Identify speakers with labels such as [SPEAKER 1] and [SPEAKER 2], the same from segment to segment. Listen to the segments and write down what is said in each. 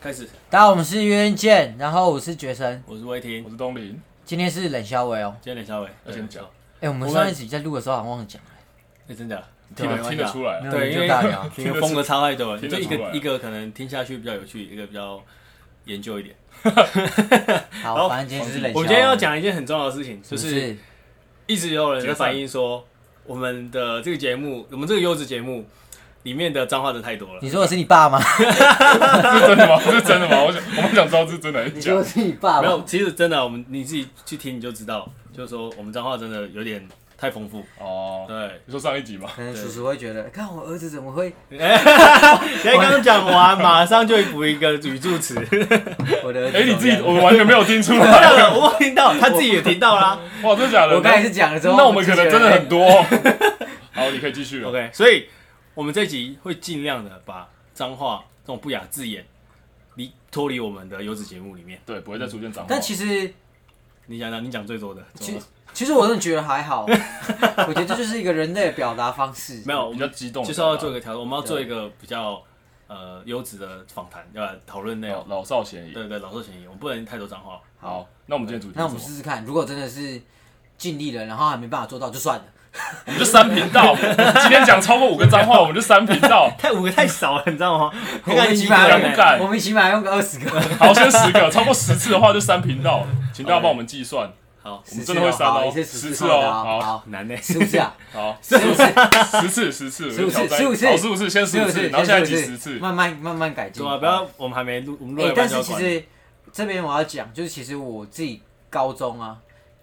[SPEAKER 1] 开始，
[SPEAKER 2] 大家好，我们是冤剑，然后我是觉生，
[SPEAKER 1] 我是威霆，
[SPEAKER 3] 我是东林，
[SPEAKER 2] 今天是冷肖伟哦。
[SPEAKER 1] 今天林小伟
[SPEAKER 3] 要先讲，
[SPEAKER 2] 哎、我们
[SPEAKER 1] 我们
[SPEAKER 2] 上一集在录的时候好像忘了讲了，
[SPEAKER 1] 哎，真假的？
[SPEAKER 3] 听
[SPEAKER 1] 没
[SPEAKER 3] 得
[SPEAKER 1] 关系啊
[SPEAKER 3] 听得出来
[SPEAKER 2] 没有
[SPEAKER 3] 啊，
[SPEAKER 1] 对，因
[SPEAKER 2] 你就
[SPEAKER 1] 为
[SPEAKER 2] 大聊
[SPEAKER 1] 因为风格差太多了，
[SPEAKER 3] 听
[SPEAKER 1] 就
[SPEAKER 3] 得
[SPEAKER 1] 一
[SPEAKER 3] 出
[SPEAKER 1] 个
[SPEAKER 3] 来
[SPEAKER 1] 一个可能听下去比较有趣，一个比较研究一 点。
[SPEAKER 2] 好，反正今天就是冷肖。
[SPEAKER 1] 我们今天要，讲一件很重要的事情，就
[SPEAKER 2] 就
[SPEAKER 1] 是
[SPEAKER 2] 是
[SPEAKER 1] 一直有人在
[SPEAKER 3] 解散
[SPEAKER 1] 反映说，我们的这个节目，我们这个优质节目里面的脏话真的太多了。
[SPEAKER 2] 你说的是你爸吗？
[SPEAKER 3] 是真的吗？是真的吗？我想，我们想知道是真的还是
[SPEAKER 2] 你
[SPEAKER 3] 假
[SPEAKER 2] 说的
[SPEAKER 3] 的。
[SPEAKER 2] 是你爸
[SPEAKER 1] 没
[SPEAKER 2] 吗
[SPEAKER 1] 有，？其实真的，我们你自己去听你就知道，就是说我们脏话真的有点太丰富。
[SPEAKER 3] 哦，
[SPEAKER 1] 对，
[SPEAKER 3] 你说上一集嘛，
[SPEAKER 2] 可能叔叔会觉得，看我儿子怎么会，
[SPEAKER 1] 刚刚讲完，马上就会补一个语助词。
[SPEAKER 2] 我的儿子
[SPEAKER 3] 哎，你
[SPEAKER 2] 怎
[SPEAKER 3] 自
[SPEAKER 2] 么样
[SPEAKER 3] 己，我完全没有听出
[SPEAKER 1] 听到
[SPEAKER 3] 来，
[SPEAKER 1] 了，我听到，他自己也听到啦。
[SPEAKER 3] 哇，真的假的？
[SPEAKER 2] 我刚才是讲了之后，
[SPEAKER 3] 那我们可能真的很
[SPEAKER 2] 就觉哎
[SPEAKER 3] 多哦。好，你可以继续了。
[SPEAKER 1] OK，所以我们这集会尽量的把脏话这种不雅字眼离脱离我们的优质节目里面。
[SPEAKER 3] 对，不会再出现脏
[SPEAKER 2] 得，
[SPEAKER 3] 话。
[SPEAKER 2] 但其实
[SPEAKER 1] 你讲讲，你讲最多的，怎么
[SPEAKER 2] 其
[SPEAKER 1] 了
[SPEAKER 2] 其实我真的觉得还好，我觉得这就是一个人类的表达方式。
[SPEAKER 1] 没有，我
[SPEAKER 3] 比
[SPEAKER 1] 们
[SPEAKER 3] 较激动，
[SPEAKER 1] 就是要做一个调整，我们要做一个比较呃优质的访谈，要来讨论内
[SPEAKER 3] 老
[SPEAKER 1] 容。
[SPEAKER 3] 老少咸宜。
[SPEAKER 1] 对对，老少咸宜，我们不能太多脏话。
[SPEAKER 3] 好，那我们今天主题是
[SPEAKER 2] 那我
[SPEAKER 3] 什
[SPEAKER 2] 们
[SPEAKER 3] 么，
[SPEAKER 2] 试试看，如果真的是尽力了，然后还没办法做到，就算了。
[SPEAKER 3] 我们就三频道。今天讲超过五个脏话，我们就三频道。
[SPEAKER 1] 太五个太少了，你知道 吗？
[SPEAKER 2] 我们起码
[SPEAKER 3] 敢敢不敢
[SPEAKER 2] 用，我们起码用个二十个。
[SPEAKER 3] 好，先十个，超过十次的话就三频道，请大家帮我们计算。
[SPEAKER 1] 好
[SPEAKER 3] 我们真的会删哦
[SPEAKER 2] 好也是
[SPEAKER 3] 十
[SPEAKER 2] 十
[SPEAKER 3] 次
[SPEAKER 2] 次
[SPEAKER 3] 哦
[SPEAKER 2] 哦，
[SPEAKER 3] 好
[SPEAKER 2] 好，
[SPEAKER 1] 难呢。
[SPEAKER 2] 十五次啊，
[SPEAKER 3] 好，
[SPEAKER 2] 十五次，
[SPEAKER 3] 十次，十次，
[SPEAKER 2] 十五次
[SPEAKER 3] 我就挑战
[SPEAKER 2] 十五次
[SPEAKER 3] 好，十五次，先
[SPEAKER 2] 十
[SPEAKER 3] 十
[SPEAKER 2] 五
[SPEAKER 3] 五
[SPEAKER 2] 次
[SPEAKER 3] 次，，然后现在
[SPEAKER 2] 15
[SPEAKER 3] 几
[SPEAKER 2] 次
[SPEAKER 3] 十次。
[SPEAKER 2] 慢慢慢慢改 进。
[SPEAKER 1] 对啊，不要，我们还没录，我们录
[SPEAKER 2] 哎
[SPEAKER 1] 了，半
[SPEAKER 2] 但
[SPEAKER 1] 小
[SPEAKER 2] 是其
[SPEAKER 1] 时。
[SPEAKER 2] 实这边我要讲，就是其实我自己高中 啊，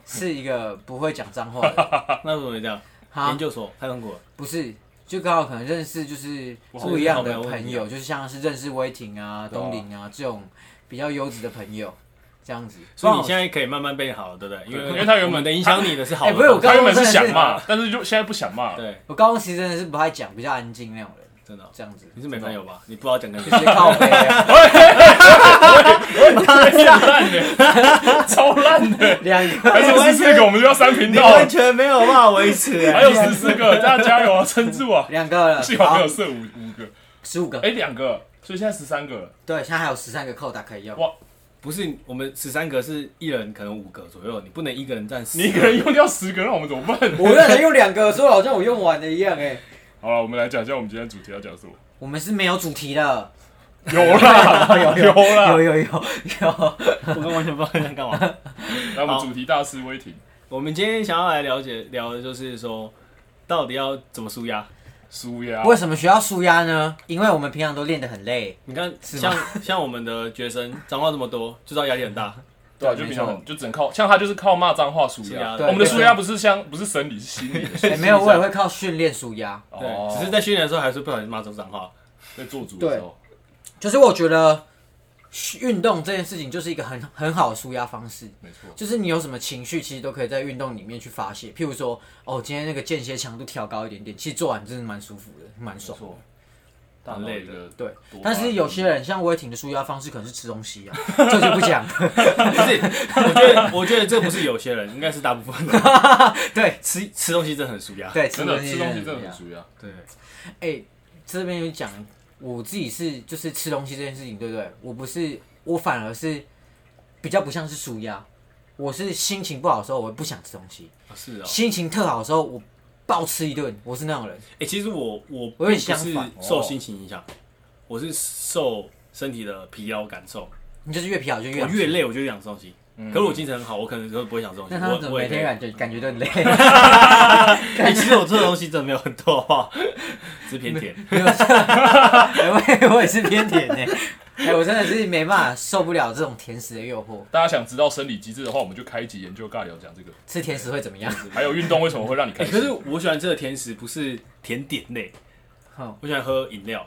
[SPEAKER 2] 是一个不会讲脏话的，
[SPEAKER 1] 那为什么会这样？
[SPEAKER 2] 哈
[SPEAKER 1] 研，究所太痛苦了。
[SPEAKER 2] 不是。就刚好可能认识就是不一样的
[SPEAKER 1] 啊
[SPEAKER 2] 朋友，就是像是认识威霆啊、
[SPEAKER 3] 对啊
[SPEAKER 2] 东林啊这种比较优质的朋友，这样子。
[SPEAKER 1] 所以你现在可以慢慢变好了，对不对？因为
[SPEAKER 3] 对因为他原本
[SPEAKER 1] 我们的影响你的 是好的。
[SPEAKER 2] 哎不是我刚
[SPEAKER 3] 他原本是
[SPEAKER 2] 真的是
[SPEAKER 3] 想骂，但是就现在不想骂。
[SPEAKER 1] 对，
[SPEAKER 2] 我高中其实真的是不太讲，比较安静那种人，
[SPEAKER 1] 真的哦。
[SPEAKER 2] 这样子。
[SPEAKER 1] 你是没朋友吧？你不知道讲跟谁
[SPEAKER 2] 直？接靠背啊。
[SPEAKER 3] 哎烂的，超烂 的，
[SPEAKER 2] 两
[SPEAKER 3] 还
[SPEAKER 2] 个，
[SPEAKER 3] 是十四个，我们就要三 频
[SPEAKER 1] 你
[SPEAKER 3] 道，
[SPEAKER 1] 完全没有办法维 持、哎
[SPEAKER 3] 还有十四个，大家加油啊，撑 住啊！
[SPEAKER 2] 两个了，
[SPEAKER 3] 幸好没
[SPEAKER 2] 好
[SPEAKER 3] 有，设五五个，
[SPEAKER 2] 十五个，
[SPEAKER 3] 哎，两个，所以现在十三个了。
[SPEAKER 2] 对，现在还有十三个扣打可以用
[SPEAKER 3] 哇。
[SPEAKER 1] 不是我们十三个是一人可能五个左右，你不能一个人占十。
[SPEAKER 3] 你一个人用掉十个，那我们怎么办？
[SPEAKER 2] 我让人用两个，说好像我用完了一样哎。
[SPEAKER 3] 好了，我们来讲一下我们今天主题要讲什么。
[SPEAKER 2] 我们是没有主题的，
[SPEAKER 3] 有啦，有啦
[SPEAKER 2] 有，有有 有，
[SPEAKER 1] 我们完全不知道在干嘛。
[SPEAKER 3] 来我们主题大师威霆，
[SPEAKER 1] 我们今天想要来了解聊的就是说，到底要怎么舒压？
[SPEAKER 3] 输呀，
[SPEAKER 2] 为什么需要舒压呢？因为我们平常都练得很累，
[SPEAKER 1] 你看，
[SPEAKER 2] 是
[SPEAKER 1] 像
[SPEAKER 2] 吗
[SPEAKER 1] 像我们的学生讲话这么多，就知道压力很大。
[SPEAKER 3] 对啊，就平常就只能靠，像他就是靠骂脏话输
[SPEAKER 1] 舒
[SPEAKER 3] 压
[SPEAKER 1] 压。
[SPEAKER 2] 啊对
[SPEAKER 3] 我们的输压不是像不是生理，是啊心理的。
[SPEAKER 2] 哎，没有，我也会靠训练舒压。
[SPEAKER 3] 哦
[SPEAKER 1] 对，只是在训练的时候还是不小心骂出脏话。
[SPEAKER 3] 在做主的时候，
[SPEAKER 2] 就是我觉得运动这件事情就是一个很很好的舒压方式。
[SPEAKER 3] 没错。
[SPEAKER 2] 就是你有什么情绪，其实都可以在运动里面去发泄。譬如说，哦，今天那个间歇强度调高一点点，其实做完真的蛮舒服的，蛮爽的。
[SPEAKER 3] 错，
[SPEAKER 1] 蛮累的
[SPEAKER 3] 的。
[SPEAKER 2] 对
[SPEAKER 3] 多，啊
[SPEAKER 2] 但
[SPEAKER 3] 巴
[SPEAKER 2] 是
[SPEAKER 3] 胺
[SPEAKER 2] 有些人像威霆的舒压方式可能是吃东西啊， 这就不讲。
[SPEAKER 1] 不是，我觉得我觉得这不是有些人，应该是大部分人
[SPEAKER 2] 对
[SPEAKER 1] 吃吃东西真的很舒压。
[SPEAKER 2] 对，
[SPEAKER 3] 真的吃
[SPEAKER 2] 吃
[SPEAKER 3] 东西
[SPEAKER 2] 真
[SPEAKER 3] 真的
[SPEAKER 2] 舒
[SPEAKER 3] 很
[SPEAKER 2] 压
[SPEAKER 3] 舒压。
[SPEAKER 1] 对，
[SPEAKER 2] 哎，这边有讲，我自己是就是吃东西这件事情，对不对？我不是，我反而是比较不像是舒压，我是心情不好的时候我会不想吃东西，
[SPEAKER 1] 哦是
[SPEAKER 3] 啊
[SPEAKER 1] 哦。
[SPEAKER 2] 心情特好的时候我暴吃一顿，我是那种人。
[SPEAKER 1] 哎、其实我我并
[SPEAKER 2] 我
[SPEAKER 1] 不
[SPEAKER 2] 有点
[SPEAKER 1] 是
[SPEAKER 2] 相反
[SPEAKER 1] 受心情影响，我是受身体的疲劳感受。
[SPEAKER 2] 你就是越疲劳就越
[SPEAKER 1] 我
[SPEAKER 2] 想吃
[SPEAKER 1] 越累，我就越想吃东西。
[SPEAKER 3] 嗯
[SPEAKER 1] 可是我精神很好，我可能就不会想吃东西。
[SPEAKER 2] 那他们怎
[SPEAKER 1] 我
[SPEAKER 2] 么
[SPEAKER 1] 我也
[SPEAKER 2] 每
[SPEAKER 1] 可
[SPEAKER 2] 天
[SPEAKER 1] 以。
[SPEAKER 2] 感觉感觉都很累？
[SPEAKER 1] 哎其实我做的东西真的没有很多哈， 只是偏甜。
[SPEAKER 2] 没有哎我也我也是偏甜呢、哎、我真的是没办法受不了这种甜食的诱惑，
[SPEAKER 3] 大家想知道生理机制的话，我们就开一集研究尬聊讲这个，
[SPEAKER 2] 吃甜食会怎么样？
[SPEAKER 3] 还有运动为什么会让你开
[SPEAKER 1] 哎，
[SPEAKER 3] 心。
[SPEAKER 1] 可是我喜欢吃的甜食不是甜点类
[SPEAKER 2] 好，
[SPEAKER 1] 我喜欢喝饮料。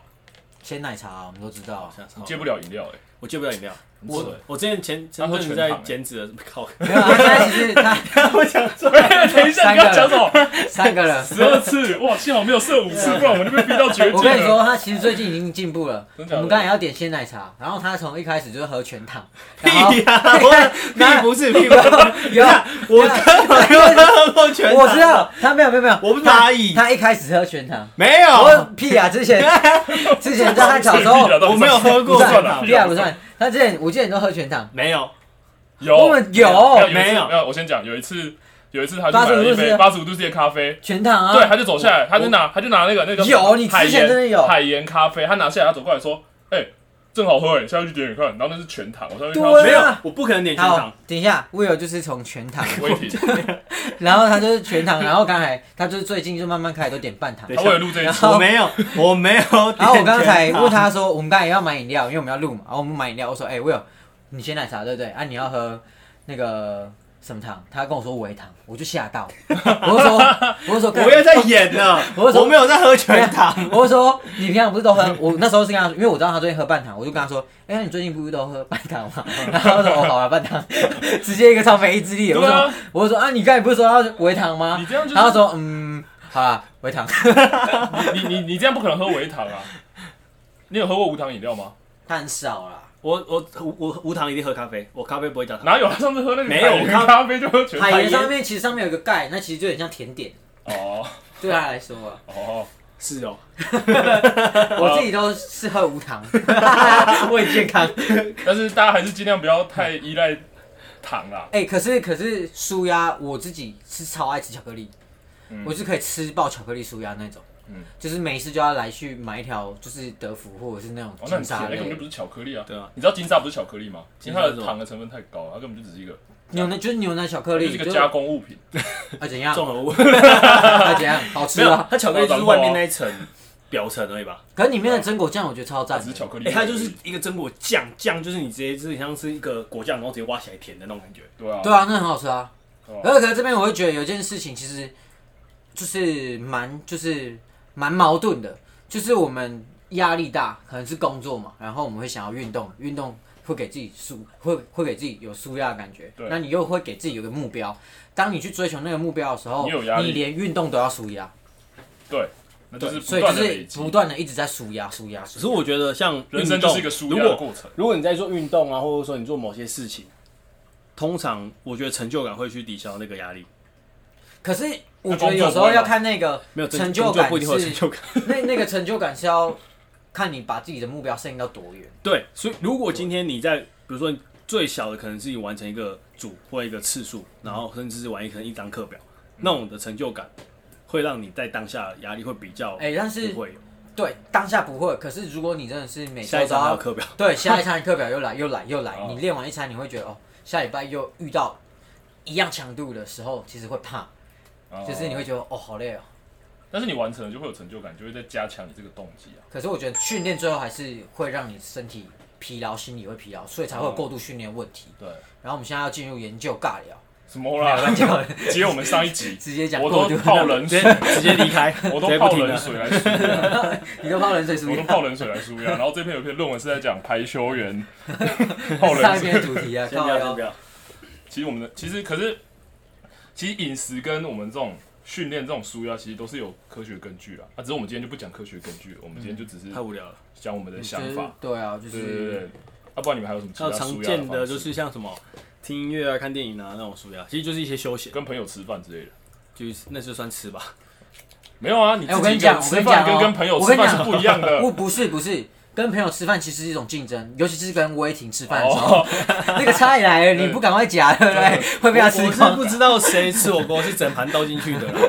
[SPEAKER 2] 鲜奶茶、我们都知道啊，
[SPEAKER 3] 你戒不了饮料哎，
[SPEAKER 1] 我戒不了饮料。
[SPEAKER 3] 很扯
[SPEAKER 1] 我
[SPEAKER 3] 欸
[SPEAKER 1] 我之前前前
[SPEAKER 3] 他喝
[SPEAKER 1] 阵子
[SPEAKER 3] 全
[SPEAKER 1] 在
[SPEAKER 3] 糖欸
[SPEAKER 1] 减脂的，靠！
[SPEAKER 2] 没有啊，他其实他
[SPEAKER 1] 我想说，
[SPEAKER 3] 等一下，你要讲什么？
[SPEAKER 2] 三个人，
[SPEAKER 3] 十二次，哇，幸好没有射五次，不然我们就被逼到绝
[SPEAKER 2] 我跟你
[SPEAKER 3] 境了。
[SPEAKER 2] 说，他其实最近已经进步了。我
[SPEAKER 3] 真假的
[SPEAKER 2] 们刚才要点鲜奶茶，然后他从一开始就是喝全糖，然后
[SPEAKER 1] 屁呀！我屁不是屁不是，
[SPEAKER 2] 有
[SPEAKER 1] 我根本没有喝过全
[SPEAKER 2] 啊我知道他没有没有没有，
[SPEAKER 1] 我不是
[SPEAKER 2] 他
[SPEAKER 1] 蚂蚁哦
[SPEAKER 2] 他一开始喝全糖，
[SPEAKER 1] 没有，
[SPEAKER 2] 我屁啊！之前之前在他小时 候
[SPEAKER 1] 我没有喝
[SPEAKER 2] 不
[SPEAKER 1] 过
[SPEAKER 2] 算
[SPEAKER 3] 算了，
[SPEAKER 2] 屁啊不算，他之前我记得你都喝全糖，
[SPEAKER 1] 没有，
[SPEAKER 3] 有，
[SPEAKER 2] 我们有
[SPEAKER 3] 有一次
[SPEAKER 1] 没有
[SPEAKER 3] 没有？我先讲，有一次，有一次他就买了一杯八十五度 C 的咖啡，
[SPEAKER 2] 全糖啊，
[SPEAKER 3] 对，他就走下来，他就拿，他就拿那个那个
[SPEAKER 2] 有你之前
[SPEAKER 3] 海盐
[SPEAKER 2] 真的有
[SPEAKER 3] 海盐咖啡，他拿下来，他走过来说，哎，正好喝，哎，下去点点看，然后那是全糖，我上去看到
[SPEAKER 2] 对
[SPEAKER 1] 没有
[SPEAKER 2] 啊，
[SPEAKER 1] 我不可能点全糖
[SPEAKER 2] 好，，等一下，Will 就是从全糖，
[SPEAKER 3] 威霆，
[SPEAKER 2] 然后他就是全糖，然后刚才他就是最近就慢慢开始都点半糖
[SPEAKER 1] 对。
[SPEAKER 3] 他为了录这一次，
[SPEAKER 1] 我没有，我没有点全糖。
[SPEAKER 2] 然后我刚才问他说，我们刚才也要买饮料，因为我们要录嘛，然后我们买饮料，我说，哎、w i l l 你先奶茶对不对？啊，你要喝那个什么糖？他跟我说微糖，我就吓到，我就 说，我就说，
[SPEAKER 1] 我又在演了，
[SPEAKER 2] 我说
[SPEAKER 1] 我没有在喝全糖，
[SPEAKER 2] 我就说你平常不是都喝？我那时候是跟他，因为我知道他最近喝半糖，我就跟他说：“哎、你最近不是都喝半糖 吗？”然后他说：“哦，好了，半糖。” 直接一个超没意志力。我
[SPEAKER 3] 对
[SPEAKER 2] 说：“
[SPEAKER 3] 啊
[SPEAKER 2] 我就说啊，你刚才不是说要微糖吗
[SPEAKER 3] 你这样就？”是
[SPEAKER 2] 然后他说：“嗯，好啦，微 糖。
[SPEAKER 3] 你你你这样不可能喝微糖啊！你有喝过无糖饮料吗？”
[SPEAKER 2] 他很少啦，
[SPEAKER 1] 我我我我无糖一定喝咖啡，我咖啡不会加糖。
[SPEAKER 3] 哪有？他啊上次喝那个
[SPEAKER 1] 没有
[SPEAKER 3] 海盐
[SPEAKER 1] 咖
[SPEAKER 3] 咖啡就喝全
[SPEAKER 2] 海
[SPEAKER 3] 糖
[SPEAKER 2] 盐上面其实上面有一个盖，那其实就有点像甜点，
[SPEAKER 3] 哦
[SPEAKER 2] 对他来说啊，
[SPEAKER 3] 哦，
[SPEAKER 1] 是哦，
[SPEAKER 2] 我自己都是喝无 糖，为健康。
[SPEAKER 3] 但是大家还是尽量不要太依赖糖啦。
[SPEAKER 2] 哎、可是可是舒压，我自己是超爱吃巧克力，我是可以吃爆巧克力舒压那种，
[SPEAKER 3] 嗯
[SPEAKER 2] 就是每次就要来去买一条就是德芙或者是那种
[SPEAKER 3] 哦，
[SPEAKER 2] 金
[SPEAKER 3] 那很甜，
[SPEAKER 2] 沙
[SPEAKER 3] 那
[SPEAKER 2] 类
[SPEAKER 3] 根本就
[SPEAKER 2] 的，
[SPEAKER 3] 不是巧克力啊！
[SPEAKER 1] 对啊，
[SPEAKER 3] 你知道金沙不是巧克力吗？因
[SPEAKER 1] 金
[SPEAKER 3] 为
[SPEAKER 1] 沙
[SPEAKER 3] 它
[SPEAKER 1] 是什么
[SPEAKER 3] 的糖的成分太高了，它根本就只是一个，
[SPEAKER 2] 牛奶就是牛奶巧克
[SPEAKER 3] 它就
[SPEAKER 2] 力，
[SPEAKER 3] 是一个
[SPEAKER 2] 就
[SPEAKER 3] 加工物品。
[SPEAKER 2] 啊怎 样
[SPEAKER 1] 综合 物
[SPEAKER 2] 啊怎样好
[SPEAKER 1] 没
[SPEAKER 2] 吃
[SPEAKER 1] 有
[SPEAKER 2] 啊，？
[SPEAKER 1] 它巧克力就是外面那一层表层而已 吧？
[SPEAKER 2] 可是里面
[SPEAKER 3] 嗯
[SPEAKER 2] 的榛果酱我觉得超赞
[SPEAKER 3] 只是巧
[SPEAKER 2] 的，
[SPEAKER 3] 克力
[SPEAKER 1] 哎，
[SPEAKER 3] 而已，
[SPEAKER 1] 它就是一个榛果酱，酱就是你直接就是像是一个果酱，然后直接挖起来甜的那种感觉。
[SPEAKER 3] 对啊，
[SPEAKER 2] 对啊，那很好吃啊。
[SPEAKER 3] 对啊
[SPEAKER 2] 而且可是这边我会觉得有件事情其实就是蛮就是蛮矛盾的，就是我们压力大，可能是工作嘛，然后我们会想要运动，运动会给自己舒会会给自己有舒压的感觉
[SPEAKER 3] 对，
[SPEAKER 2] 那你又会给自己有个目标，当你去追求那个目标的时候，
[SPEAKER 3] 你有压力
[SPEAKER 2] 你连运动都要舒压，
[SPEAKER 3] 对，那就是
[SPEAKER 2] 所以
[SPEAKER 3] 不
[SPEAKER 2] 就
[SPEAKER 3] 断的累
[SPEAKER 2] 是不
[SPEAKER 3] 积，
[SPEAKER 2] 断的一直在舒压舒压舒
[SPEAKER 1] 可
[SPEAKER 2] 压。
[SPEAKER 1] 是我觉得像
[SPEAKER 3] 人生
[SPEAKER 1] 运
[SPEAKER 3] 就
[SPEAKER 1] 动
[SPEAKER 3] 是一个舒
[SPEAKER 1] 如
[SPEAKER 3] 压的
[SPEAKER 1] 果
[SPEAKER 3] 过程。
[SPEAKER 1] 如果你在做运动啊，或者说你做某些事情，通常我觉得成就感会去抵消那个压力。
[SPEAKER 2] 可是我觉得有时候要看那个
[SPEAKER 1] 没有
[SPEAKER 2] 成
[SPEAKER 1] 就
[SPEAKER 2] 就感
[SPEAKER 1] 不一定会有
[SPEAKER 2] 是
[SPEAKER 1] 成就感。
[SPEAKER 2] 那那个成就感是要看你把自己的目标设定到多远。
[SPEAKER 1] 对，所以如果今天你在，比如说最小的可能是你完成一个组或一个次数，然后甚至是完一可能一张课表，那种的成就感会让你在当下压力会比较
[SPEAKER 2] 哎、但是
[SPEAKER 1] 不会有。
[SPEAKER 2] 对，当下不会。可是如果你真的是每周
[SPEAKER 1] 下一
[SPEAKER 2] 都
[SPEAKER 1] 张还有
[SPEAKER 2] 要，
[SPEAKER 1] 课表，
[SPEAKER 2] 对，下一餐课表又来又来又来
[SPEAKER 3] 哦，
[SPEAKER 2] 你练完一餐，你会觉得哦，下礼拜又遇到一样强度的时候，其实会怕，
[SPEAKER 3] 哦
[SPEAKER 2] 就是你会，觉得哦好累哦。
[SPEAKER 3] 但是你完成了就会有成就感，就会再加强你这个动机啊。
[SPEAKER 2] 可是我觉得训练最后还是会让你身体疲劳，心理会疲劳，所以才会有过度训练问题。
[SPEAKER 3] 对，
[SPEAKER 2] 然后我们现在要进入研究尬聊，
[SPEAKER 3] 什么 啦？
[SPEAKER 2] 就，
[SPEAKER 3] 接我们上一集
[SPEAKER 2] 直接讲
[SPEAKER 3] 我
[SPEAKER 2] 过
[SPEAKER 3] 都
[SPEAKER 2] 度，
[SPEAKER 3] 泡冷
[SPEAKER 1] 直
[SPEAKER 3] 水
[SPEAKER 1] 接， 直接离开，
[SPEAKER 3] 我
[SPEAKER 1] 直
[SPEAKER 3] 都
[SPEAKER 1] 接不
[SPEAKER 3] 泡
[SPEAKER 1] 停
[SPEAKER 3] 冷
[SPEAKER 1] 了。
[SPEAKER 3] 水来舒压，
[SPEAKER 2] 你都泡冷水是不
[SPEAKER 3] 我都
[SPEAKER 2] 是？
[SPEAKER 3] 泡冷水来舒压。然后这篇有篇论文是在讲排球 员 泡
[SPEAKER 2] 上
[SPEAKER 3] 冷
[SPEAKER 2] 一
[SPEAKER 3] 水。
[SPEAKER 2] 篇的主题 啊，
[SPEAKER 1] 先
[SPEAKER 2] 靠
[SPEAKER 1] 不要，先
[SPEAKER 2] 腰
[SPEAKER 1] 不。要。
[SPEAKER 3] 其实我们的其实可是，其实饮食跟我们这种训练这种舒压，其实都是有科学根据啦。啊，只是我们今天就不讲科学根据了，我们今天就只是
[SPEAKER 1] 太无聊了。
[SPEAKER 3] 讲我们的想
[SPEAKER 2] 就是
[SPEAKER 3] 法。
[SPEAKER 2] 对啊，就
[SPEAKER 3] 对对对
[SPEAKER 2] 是
[SPEAKER 3] 对，啊，不然你们还有什么其
[SPEAKER 1] 还有
[SPEAKER 3] 他
[SPEAKER 1] 常
[SPEAKER 3] 舒压
[SPEAKER 1] 见
[SPEAKER 3] 方
[SPEAKER 1] 的
[SPEAKER 3] 式
[SPEAKER 1] 就是像什么听音乐啊、看电影啊那种舒压，其实就是一些休闲，
[SPEAKER 3] 跟朋友吃饭之类的。
[SPEAKER 1] 就是那就算吃吧。
[SPEAKER 3] 没有啊，你
[SPEAKER 2] 哎我
[SPEAKER 3] 自
[SPEAKER 2] 跟你
[SPEAKER 3] 己一个人
[SPEAKER 2] 讲我跟
[SPEAKER 3] 吃
[SPEAKER 2] 你讲
[SPEAKER 3] 饭跟
[SPEAKER 2] 哦
[SPEAKER 3] 跟朋友
[SPEAKER 2] 我
[SPEAKER 3] 吃
[SPEAKER 2] 跟你
[SPEAKER 3] 饭是
[SPEAKER 2] 讲
[SPEAKER 3] 不一样的
[SPEAKER 2] 不，。不是，不是，跟朋友吃饭其实是一种竞争，尤其是跟威霆吃饭的时候，
[SPEAKER 3] 哦，
[SPEAKER 2] 那个差一来了，你不赶快夹，对不对？会被 他
[SPEAKER 1] 我
[SPEAKER 2] 吃
[SPEAKER 1] 我是
[SPEAKER 2] 光。
[SPEAKER 1] 不知道谁吃火锅是整盘倒进去的 啦，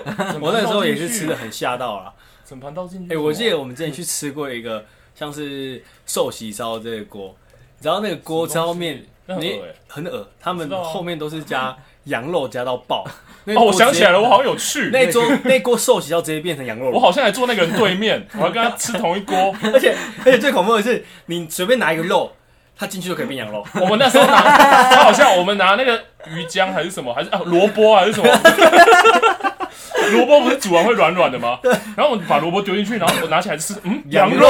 [SPEAKER 1] 我那个时候也是吃的很吓到啦。
[SPEAKER 3] 整盘倒进去。
[SPEAKER 1] 哎、我记得我们之前去吃过一个像是寿喜烧这个锅，你知道那个锅
[SPEAKER 3] 什么
[SPEAKER 1] 后
[SPEAKER 3] 东西
[SPEAKER 1] 面
[SPEAKER 3] 那很恶
[SPEAKER 1] 你
[SPEAKER 3] 欸
[SPEAKER 1] 很恶，他们
[SPEAKER 3] 知道啊
[SPEAKER 1] 后面都是加羊肉加到 爆。那
[SPEAKER 3] 哦，
[SPEAKER 1] 锅
[SPEAKER 3] 我想
[SPEAKER 1] 直接
[SPEAKER 3] 起来了，我好像有去，
[SPEAKER 1] 那桌 那锅寿喜烧直接变成羊 肉
[SPEAKER 3] 我
[SPEAKER 1] 炉，
[SPEAKER 3] 好像还坐那个人对面，我还跟他吃同一锅。
[SPEAKER 1] 而且而且最恐怖的是，你随便拿一个肉，它进去就可以变 羊肉。
[SPEAKER 3] 我们那时候拿，他好像我们拿那个鱼浆还是什么，还是啊萝卜还是什么。 萝卜不是煮完会软软的吗？然后我把萝卜丢进去，然后我拿起来吃，嗯，羊肉。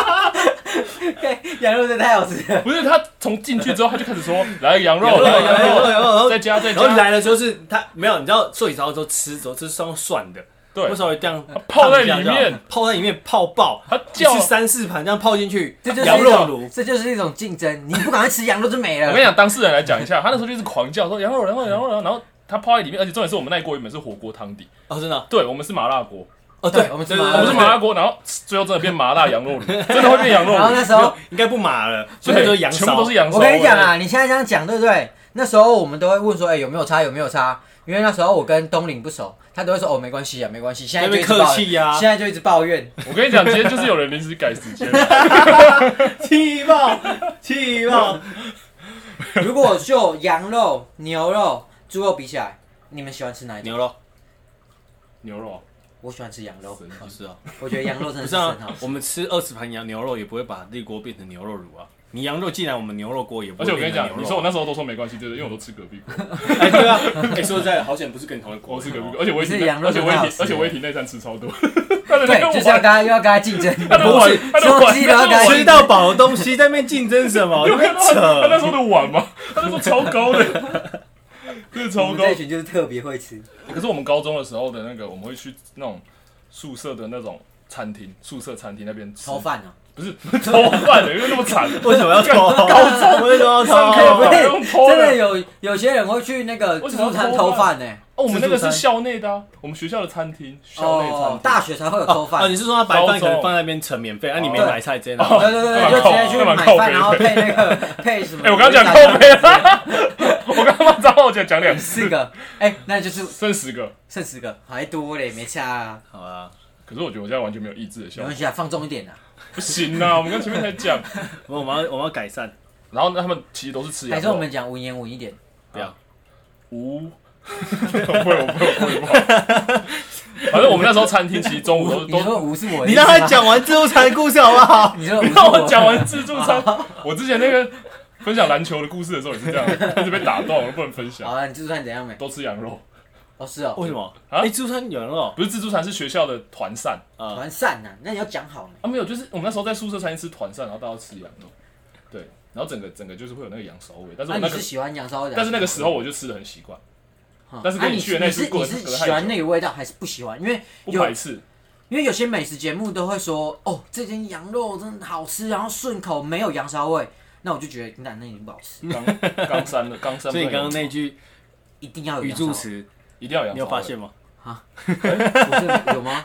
[SPEAKER 2] 羊肉真的太好吃了，
[SPEAKER 3] 不是他从进去之后，他就开始说来个羊肉，
[SPEAKER 1] 羊肉
[SPEAKER 3] 来个
[SPEAKER 1] 羊肉
[SPEAKER 3] 羊肉，
[SPEAKER 1] 羊肉
[SPEAKER 3] 再加再
[SPEAKER 1] 然后
[SPEAKER 3] 加，
[SPEAKER 1] 来的时候是它没有，你知道寿喜烧的时候吃之后就是用蒜的，
[SPEAKER 3] 对
[SPEAKER 1] 我，稍微这样
[SPEAKER 3] 泡在里
[SPEAKER 1] 烫一下就好
[SPEAKER 3] 面，
[SPEAKER 1] 泡在里面泡爆，
[SPEAKER 3] 他
[SPEAKER 1] 一
[SPEAKER 3] 叫
[SPEAKER 1] 次。三四盘这样泡进去，
[SPEAKER 2] 这就是
[SPEAKER 1] 羊
[SPEAKER 2] 一
[SPEAKER 1] 肉炉
[SPEAKER 2] 种，。这就是一种竞争，你不赶快吃羊肉就没
[SPEAKER 3] 我跟你
[SPEAKER 2] 了。
[SPEAKER 3] 讲，当事人来讲一下，他那时候就是狂叫说羊肉，羊肉，羊肉，然后它泡在里面，而且重点是我们那一锅原本是火锅汤底，
[SPEAKER 1] 哦，真的啊
[SPEAKER 3] 对我们是麻辣锅，
[SPEAKER 1] 哦，
[SPEAKER 2] 对
[SPEAKER 1] 对，
[SPEAKER 2] 我们
[SPEAKER 1] 对
[SPEAKER 2] 是
[SPEAKER 1] 对
[SPEAKER 2] 麻
[SPEAKER 3] 我
[SPEAKER 2] 辣
[SPEAKER 3] 们
[SPEAKER 1] 对
[SPEAKER 3] 是
[SPEAKER 1] 对
[SPEAKER 3] 麻辣锅，然后最后真的变麻辣 羊肉炉，真的会变羊肉
[SPEAKER 2] 然后那
[SPEAKER 3] 炉，
[SPEAKER 2] 时候
[SPEAKER 1] 应该不麻了，所以
[SPEAKER 3] 对，
[SPEAKER 1] 都是羊
[SPEAKER 3] 全部
[SPEAKER 1] 烧
[SPEAKER 3] 都是。羊烧。
[SPEAKER 2] 我跟你讲啊，你现在这样讲对不对？那时候我们都会问说，哎、有没有差？有没有差？因为那时候我跟东林不熟，他都会说哦，没关系啊，没关系。现在就一直
[SPEAKER 1] 在那边
[SPEAKER 2] 抱
[SPEAKER 1] 客气啊
[SPEAKER 2] 现在就一直抱怨。
[SPEAKER 3] 我跟你讲，今天就是有人临时改时 间，
[SPEAKER 1] 气爆，气 爆！
[SPEAKER 2] 如果就羊肉、牛肉、猪肉比起来，你们喜欢吃哪一种？
[SPEAKER 1] 牛肉
[SPEAKER 3] 牛肉
[SPEAKER 2] 我喜欢吃羊肉，
[SPEAKER 3] 神
[SPEAKER 1] 哦，是啊，
[SPEAKER 2] 我觉得羊肉真
[SPEAKER 1] 不
[SPEAKER 2] 的
[SPEAKER 1] 是
[SPEAKER 2] 是很好
[SPEAKER 1] 啊
[SPEAKER 2] 吃。，
[SPEAKER 1] 我们吃二十盘羊牛肉也不会把那锅变成牛肉乳啊。你羊肉既然我们牛肉锅也不会
[SPEAKER 3] 而且我跟
[SPEAKER 1] 变
[SPEAKER 3] 你
[SPEAKER 1] 成牛
[SPEAKER 3] 讲，你
[SPEAKER 1] 肉
[SPEAKER 3] 说我
[SPEAKER 1] 啊，
[SPEAKER 3] 那时候都说没关系，对不对？因为我都吃隔 壁锅，
[SPEAKER 1] 哎对啊， 哎说实在的，好险不是跟你同一锅，
[SPEAKER 3] 我吃隔壁锅，而且我也
[SPEAKER 2] 可
[SPEAKER 3] 挺，
[SPEAKER 2] 是羊肉
[SPEAKER 3] 而且我也
[SPEAKER 2] 真的好
[SPEAKER 3] 挺，
[SPEAKER 2] 吃
[SPEAKER 3] 而且我也挺内战吃超多。 他的
[SPEAKER 2] 对
[SPEAKER 3] 那个，
[SPEAKER 2] 就是要
[SPEAKER 3] 碗
[SPEAKER 2] 跟他又要跟他竞争，
[SPEAKER 3] 他的碗，他的
[SPEAKER 2] 吃东
[SPEAKER 3] 碗，
[SPEAKER 2] 西都要跟他
[SPEAKER 1] 吃到饱的东西在那边竞争什 么？
[SPEAKER 3] 有
[SPEAKER 1] 在
[SPEAKER 3] 看
[SPEAKER 1] 那
[SPEAKER 3] 到他啊他那
[SPEAKER 1] 边
[SPEAKER 3] 时
[SPEAKER 1] 扯
[SPEAKER 3] 候的碗吗？他那时候超 高的，真的
[SPEAKER 2] 我
[SPEAKER 3] 超
[SPEAKER 2] 们
[SPEAKER 3] 高。
[SPEAKER 2] 这群就是特别会吃。
[SPEAKER 3] 可是我们高中的时候的那个，我们会去那种宿舍的那种餐厅，宿舍餐厅那边吃
[SPEAKER 2] 偷，饭啊！
[SPEAKER 3] 不是 偷饭的，因为那么 惨。
[SPEAKER 1] 为什么要偷？为什么要
[SPEAKER 3] 上
[SPEAKER 2] 不
[SPEAKER 3] 课
[SPEAKER 1] 偷？
[SPEAKER 2] 是
[SPEAKER 3] 啊用偷
[SPEAKER 2] 真的
[SPEAKER 3] 的。
[SPEAKER 2] 有有些人会去那个
[SPEAKER 3] 为
[SPEAKER 2] 自
[SPEAKER 3] 什么要
[SPEAKER 2] 助餐偷
[SPEAKER 3] 偷
[SPEAKER 2] 饭
[SPEAKER 3] 饭
[SPEAKER 2] 呢。
[SPEAKER 3] 哦，我们那个是
[SPEAKER 1] 自助餐
[SPEAKER 3] 校内的啊，我们学校的餐厅，校内餐
[SPEAKER 2] 哦
[SPEAKER 3] 厅，。
[SPEAKER 2] 大学才会有偷饭
[SPEAKER 3] 啊
[SPEAKER 1] 哦，你。是说他白
[SPEAKER 3] 高
[SPEAKER 1] 饭
[SPEAKER 3] 中
[SPEAKER 1] 可能放在那边盛免费，啊，你没
[SPEAKER 2] 对
[SPEAKER 1] 买菜直接拿？
[SPEAKER 3] 哦
[SPEAKER 2] 对对对，就直接去买饭，然后配那个配什么？
[SPEAKER 3] 哎，我刚刚讲靠背了， 我刚刚张浩讲讲两次，
[SPEAKER 2] 四个，哎，那就是
[SPEAKER 3] 剩十个。
[SPEAKER 2] 剩十个，还多嘞，没差啊，
[SPEAKER 1] 好啊，
[SPEAKER 3] 可是我觉得我现在完全没有意志的
[SPEAKER 2] 没
[SPEAKER 3] 效果
[SPEAKER 2] 关，系啊，放纵一点啊。
[SPEAKER 3] 不行啊！我们刚前面才讲，
[SPEAKER 1] 我们要我们要改善，
[SPEAKER 3] 然后呢，他们其实都是啊吃
[SPEAKER 2] 还
[SPEAKER 3] 羊
[SPEAKER 2] 是我
[SPEAKER 3] 肉
[SPEAKER 2] 们。讲文言文一点，
[SPEAKER 1] 不要
[SPEAKER 3] 无， 我不会，我不会，我不会，我不会。反正我们那时候餐厅其实中午都
[SPEAKER 2] 你说
[SPEAKER 3] 都，
[SPEAKER 2] 无是我，
[SPEAKER 1] 你让他，讲完自助餐的故事好不 好？
[SPEAKER 2] 你说无，
[SPEAKER 3] 你让我讲完自助餐。我之前那个分享篮球的故事的时候也是这样，一直被打断，我都不能分
[SPEAKER 2] 好啊
[SPEAKER 3] 享。
[SPEAKER 2] 了，你自助餐怎样没？
[SPEAKER 3] 都吃羊肉，
[SPEAKER 2] 哦，是哦，
[SPEAKER 1] 为什么？
[SPEAKER 3] 啊
[SPEAKER 1] 哎，自助餐有人哦，
[SPEAKER 3] 不是自助餐，是学校的团膳
[SPEAKER 1] 啊，
[SPEAKER 2] 团散呐，那你要讲好呢。
[SPEAKER 3] 啊，没有，就是我们那时候在宿舍餐厅吃团膳，然后大家都吃羊肉，对，然后整个整个就是会有那个羊骚味，但
[SPEAKER 1] 啊
[SPEAKER 2] 那
[SPEAKER 3] 是我
[SPEAKER 2] 啊你
[SPEAKER 3] 那个
[SPEAKER 2] 是喜欢羊骚的，
[SPEAKER 3] 但是那个时候我就吃的很习惯，
[SPEAKER 2] 但
[SPEAKER 3] 但是跟你去的那
[SPEAKER 2] 啊你
[SPEAKER 3] 次
[SPEAKER 2] 是
[SPEAKER 3] 过
[SPEAKER 2] 你
[SPEAKER 3] 得
[SPEAKER 2] 是
[SPEAKER 3] 隔太
[SPEAKER 2] 喜欢
[SPEAKER 3] 久
[SPEAKER 2] 那个味道还是不喜欢？因为
[SPEAKER 3] 不
[SPEAKER 2] 有
[SPEAKER 3] 排斥，
[SPEAKER 2] 因为有些美食节目都会说，哦，这间羊肉真的好吃，然后顺口，没有羊骚味，那我就觉得那那已经不好吃，
[SPEAKER 3] 刚刚删了，刚删。
[SPEAKER 1] 所以你刚刚那句
[SPEAKER 2] 一定要有
[SPEAKER 1] 语
[SPEAKER 2] 羊骚
[SPEAKER 1] 助
[SPEAKER 2] 味。
[SPEAKER 1] 词，
[SPEAKER 3] 一定要有羊骚味，
[SPEAKER 1] 你有发现吗？
[SPEAKER 2] 我是有 吗？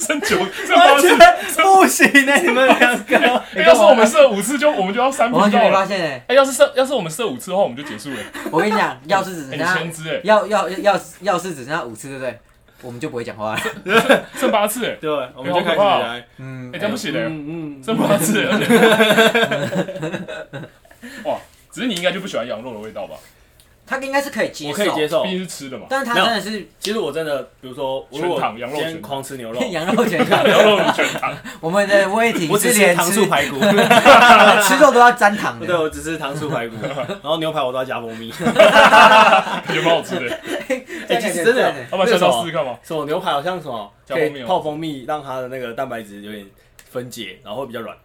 [SPEAKER 3] 剩九，剩八次。
[SPEAKER 1] 哎不行哎，你们两个，
[SPEAKER 3] 哎要是我们射五次就，我们就要三
[SPEAKER 2] 我
[SPEAKER 3] 频
[SPEAKER 2] 完全
[SPEAKER 3] 道
[SPEAKER 2] 没发
[SPEAKER 3] 了。
[SPEAKER 2] 现哎、
[SPEAKER 3] 哎、要是射，要是我们射五次的话，我们就结束了。
[SPEAKER 2] 我跟你讲，要是只
[SPEAKER 3] 哎、
[SPEAKER 2] 剩
[SPEAKER 3] 你
[SPEAKER 2] 下
[SPEAKER 3] 先知哎、
[SPEAKER 2] 要要要要是只剩下五次，对不对？我们就不会讲话了。
[SPEAKER 3] 剩八次哎、
[SPEAKER 1] 对，我们就开
[SPEAKER 3] 哎好可
[SPEAKER 1] 始
[SPEAKER 3] 怕哦
[SPEAKER 1] 来，
[SPEAKER 2] 嗯
[SPEAKER 3] 哎、，这样不行哎、
[SPEAKER 1] 嗯嗯
[SPEAKER 3] 剩八次、哎而且哇，只是你应该就不喜欢羊肉的味 道吧？
[SPEAKER 2] 他应该是可以接
[SPEAKER 1] 我
[SPEAKER 2] 受，
[SPEAKER 1] 可以接受
[SPEAKER 3] 毕。竟是吃的嘛。
[SPEAKER 2] 但是他
[SPEAKER 1] 没有
[SPEAKER 2] 真的是
[SPEAKER 1] 其实我真的，比如说，我如
[SPEAKER 3] 全
[SPEAKER 1] 果
[SPEAKER 3] 糖羊
[SPEAKER 1] 今
[SPEAKER 3] 肉
[SPEAKER 1] 天
[SPEAKER 3] 全糖
[SPEAKER 1] 狂吃 牛肉，
[SPEAKER 2] 羊肉全糖，
[SPEAKER 3] 羊肉全糖，
[SPEAKER 2] 我们的胃挺
[SPEAKER 1] 我
[SPEAKER 2] 是
[SPEAKER 1] 只
[SPEAKER 2] 连
[SPEAKER 1] 吃
[SPEAKER 2] 吃
[SPEAKER 1] 糖醋排骨，
[SPEAKER 2] 吃肉都要沾糖
[SPEAKER 1] 对，
[SPEAKER 2] 的。
[SPEAKER 1] 我只吃糖醋排 骨，然后牛排我都要加蜂蜜。
[SPEAKER 3] 感觉蛮好 吃的、
[SPEAKER 1] 哎、其实真的有，
[SPEAKER 3] 要
[SPEAKER 1] 那
[SPEAKER 3] 不然
[SPEAKER 1] 个什
[SPEAKER 3] 下周试
[SPEAKER 1] 么
[SPEAKER 3] 试看嘛。
[SPEAKER 1] 什么牛排好像什么
[SPEAKER 3] 加
[SPEAKER 1] 可
[SPEAKER 3] 蜂蜜
[SPEAKER 1] 以
[SPEAKER 3] 哦
[SPEAKER 1] 泡蜂蜜，让它的那个蛋白质有点分解，然后会比较 软。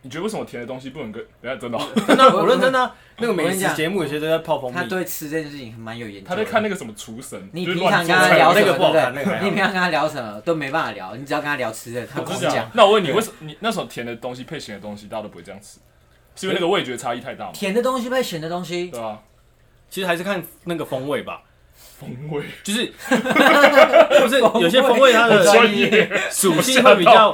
[SPEAKER 3] 你觉得为什么甜的东西不能跟？等一下真的哦、
[SPEAKER 1] 真的，
[SPEAKER 2] 我
[SPEAKER 1] 我认真的啊、那个美
[SPEAKER 2] 我跟你
[SPEAKER 1] 食
[SPEAKER 2] 讲
[SPEAKER 1] 节目有些都在泡蜂
[SPEAKER 2] 他
[SPEAKER 1] 蜜。
[SPEAKER 2] 对吃这件事情很蛮有研究的。
[SPEAKER 3] 他在看那个什么厨神，
[SPEAKER 2] 你
[SPEAKER 3] 就
[SPEAKER 2] 平
[SPEAKER 3] 是
[SPEAKER 2] 常
[SPEAKER 3] 乱
[SPEAKER 2] 跟
[SPEAKER 3] 做
[SPEAKER 2] 他
[SPEAKER 3] 菜
[SPEAKER 2] 聊什
[SPEAKER 1] 那
[SPEAKER 2] 么，
[SPEAKER 1] 个不好
[SPEAKER 2] 对
[SPEAKER 1] 看
[SPEAKER 2] 不
[SPEAKER 1] 那个还
[SPEAKER 2] 对？
[SPEAKER 1] 好
[SPEAKER 2] 你平常跟他聊什么都没办法聊，你只要跟他聊吃的，他
[SPEAKER 3] 我
[SPEAKER 2] 狂
[SPEAKER 3] 是讲
[SPEAKER 2] 讲。，
[SPEAKER 3] 那我问你，为什么你那时候甜的东西配咸的东西，大家都不会这样吃？是因为那个味觉差异太大吗？
[SPEAKER 2] 甜的东西配咸的东西，
[SPEAKER 3] 对啊，
[SPEAKER 1] 其实还是看那个风味吧，
[SPEAKER 3] 风味
[SPEAKER 1] 就是 不是有些风味它
[SPEAKER 2] 很
[SPEAKER 1] 的
[SPEAKER 2] 专
[SPEAKER 3] 专
[SPEAKER 2] 业
[SPEAKER 3] 业，
[SPEAKER 1] 属性会比较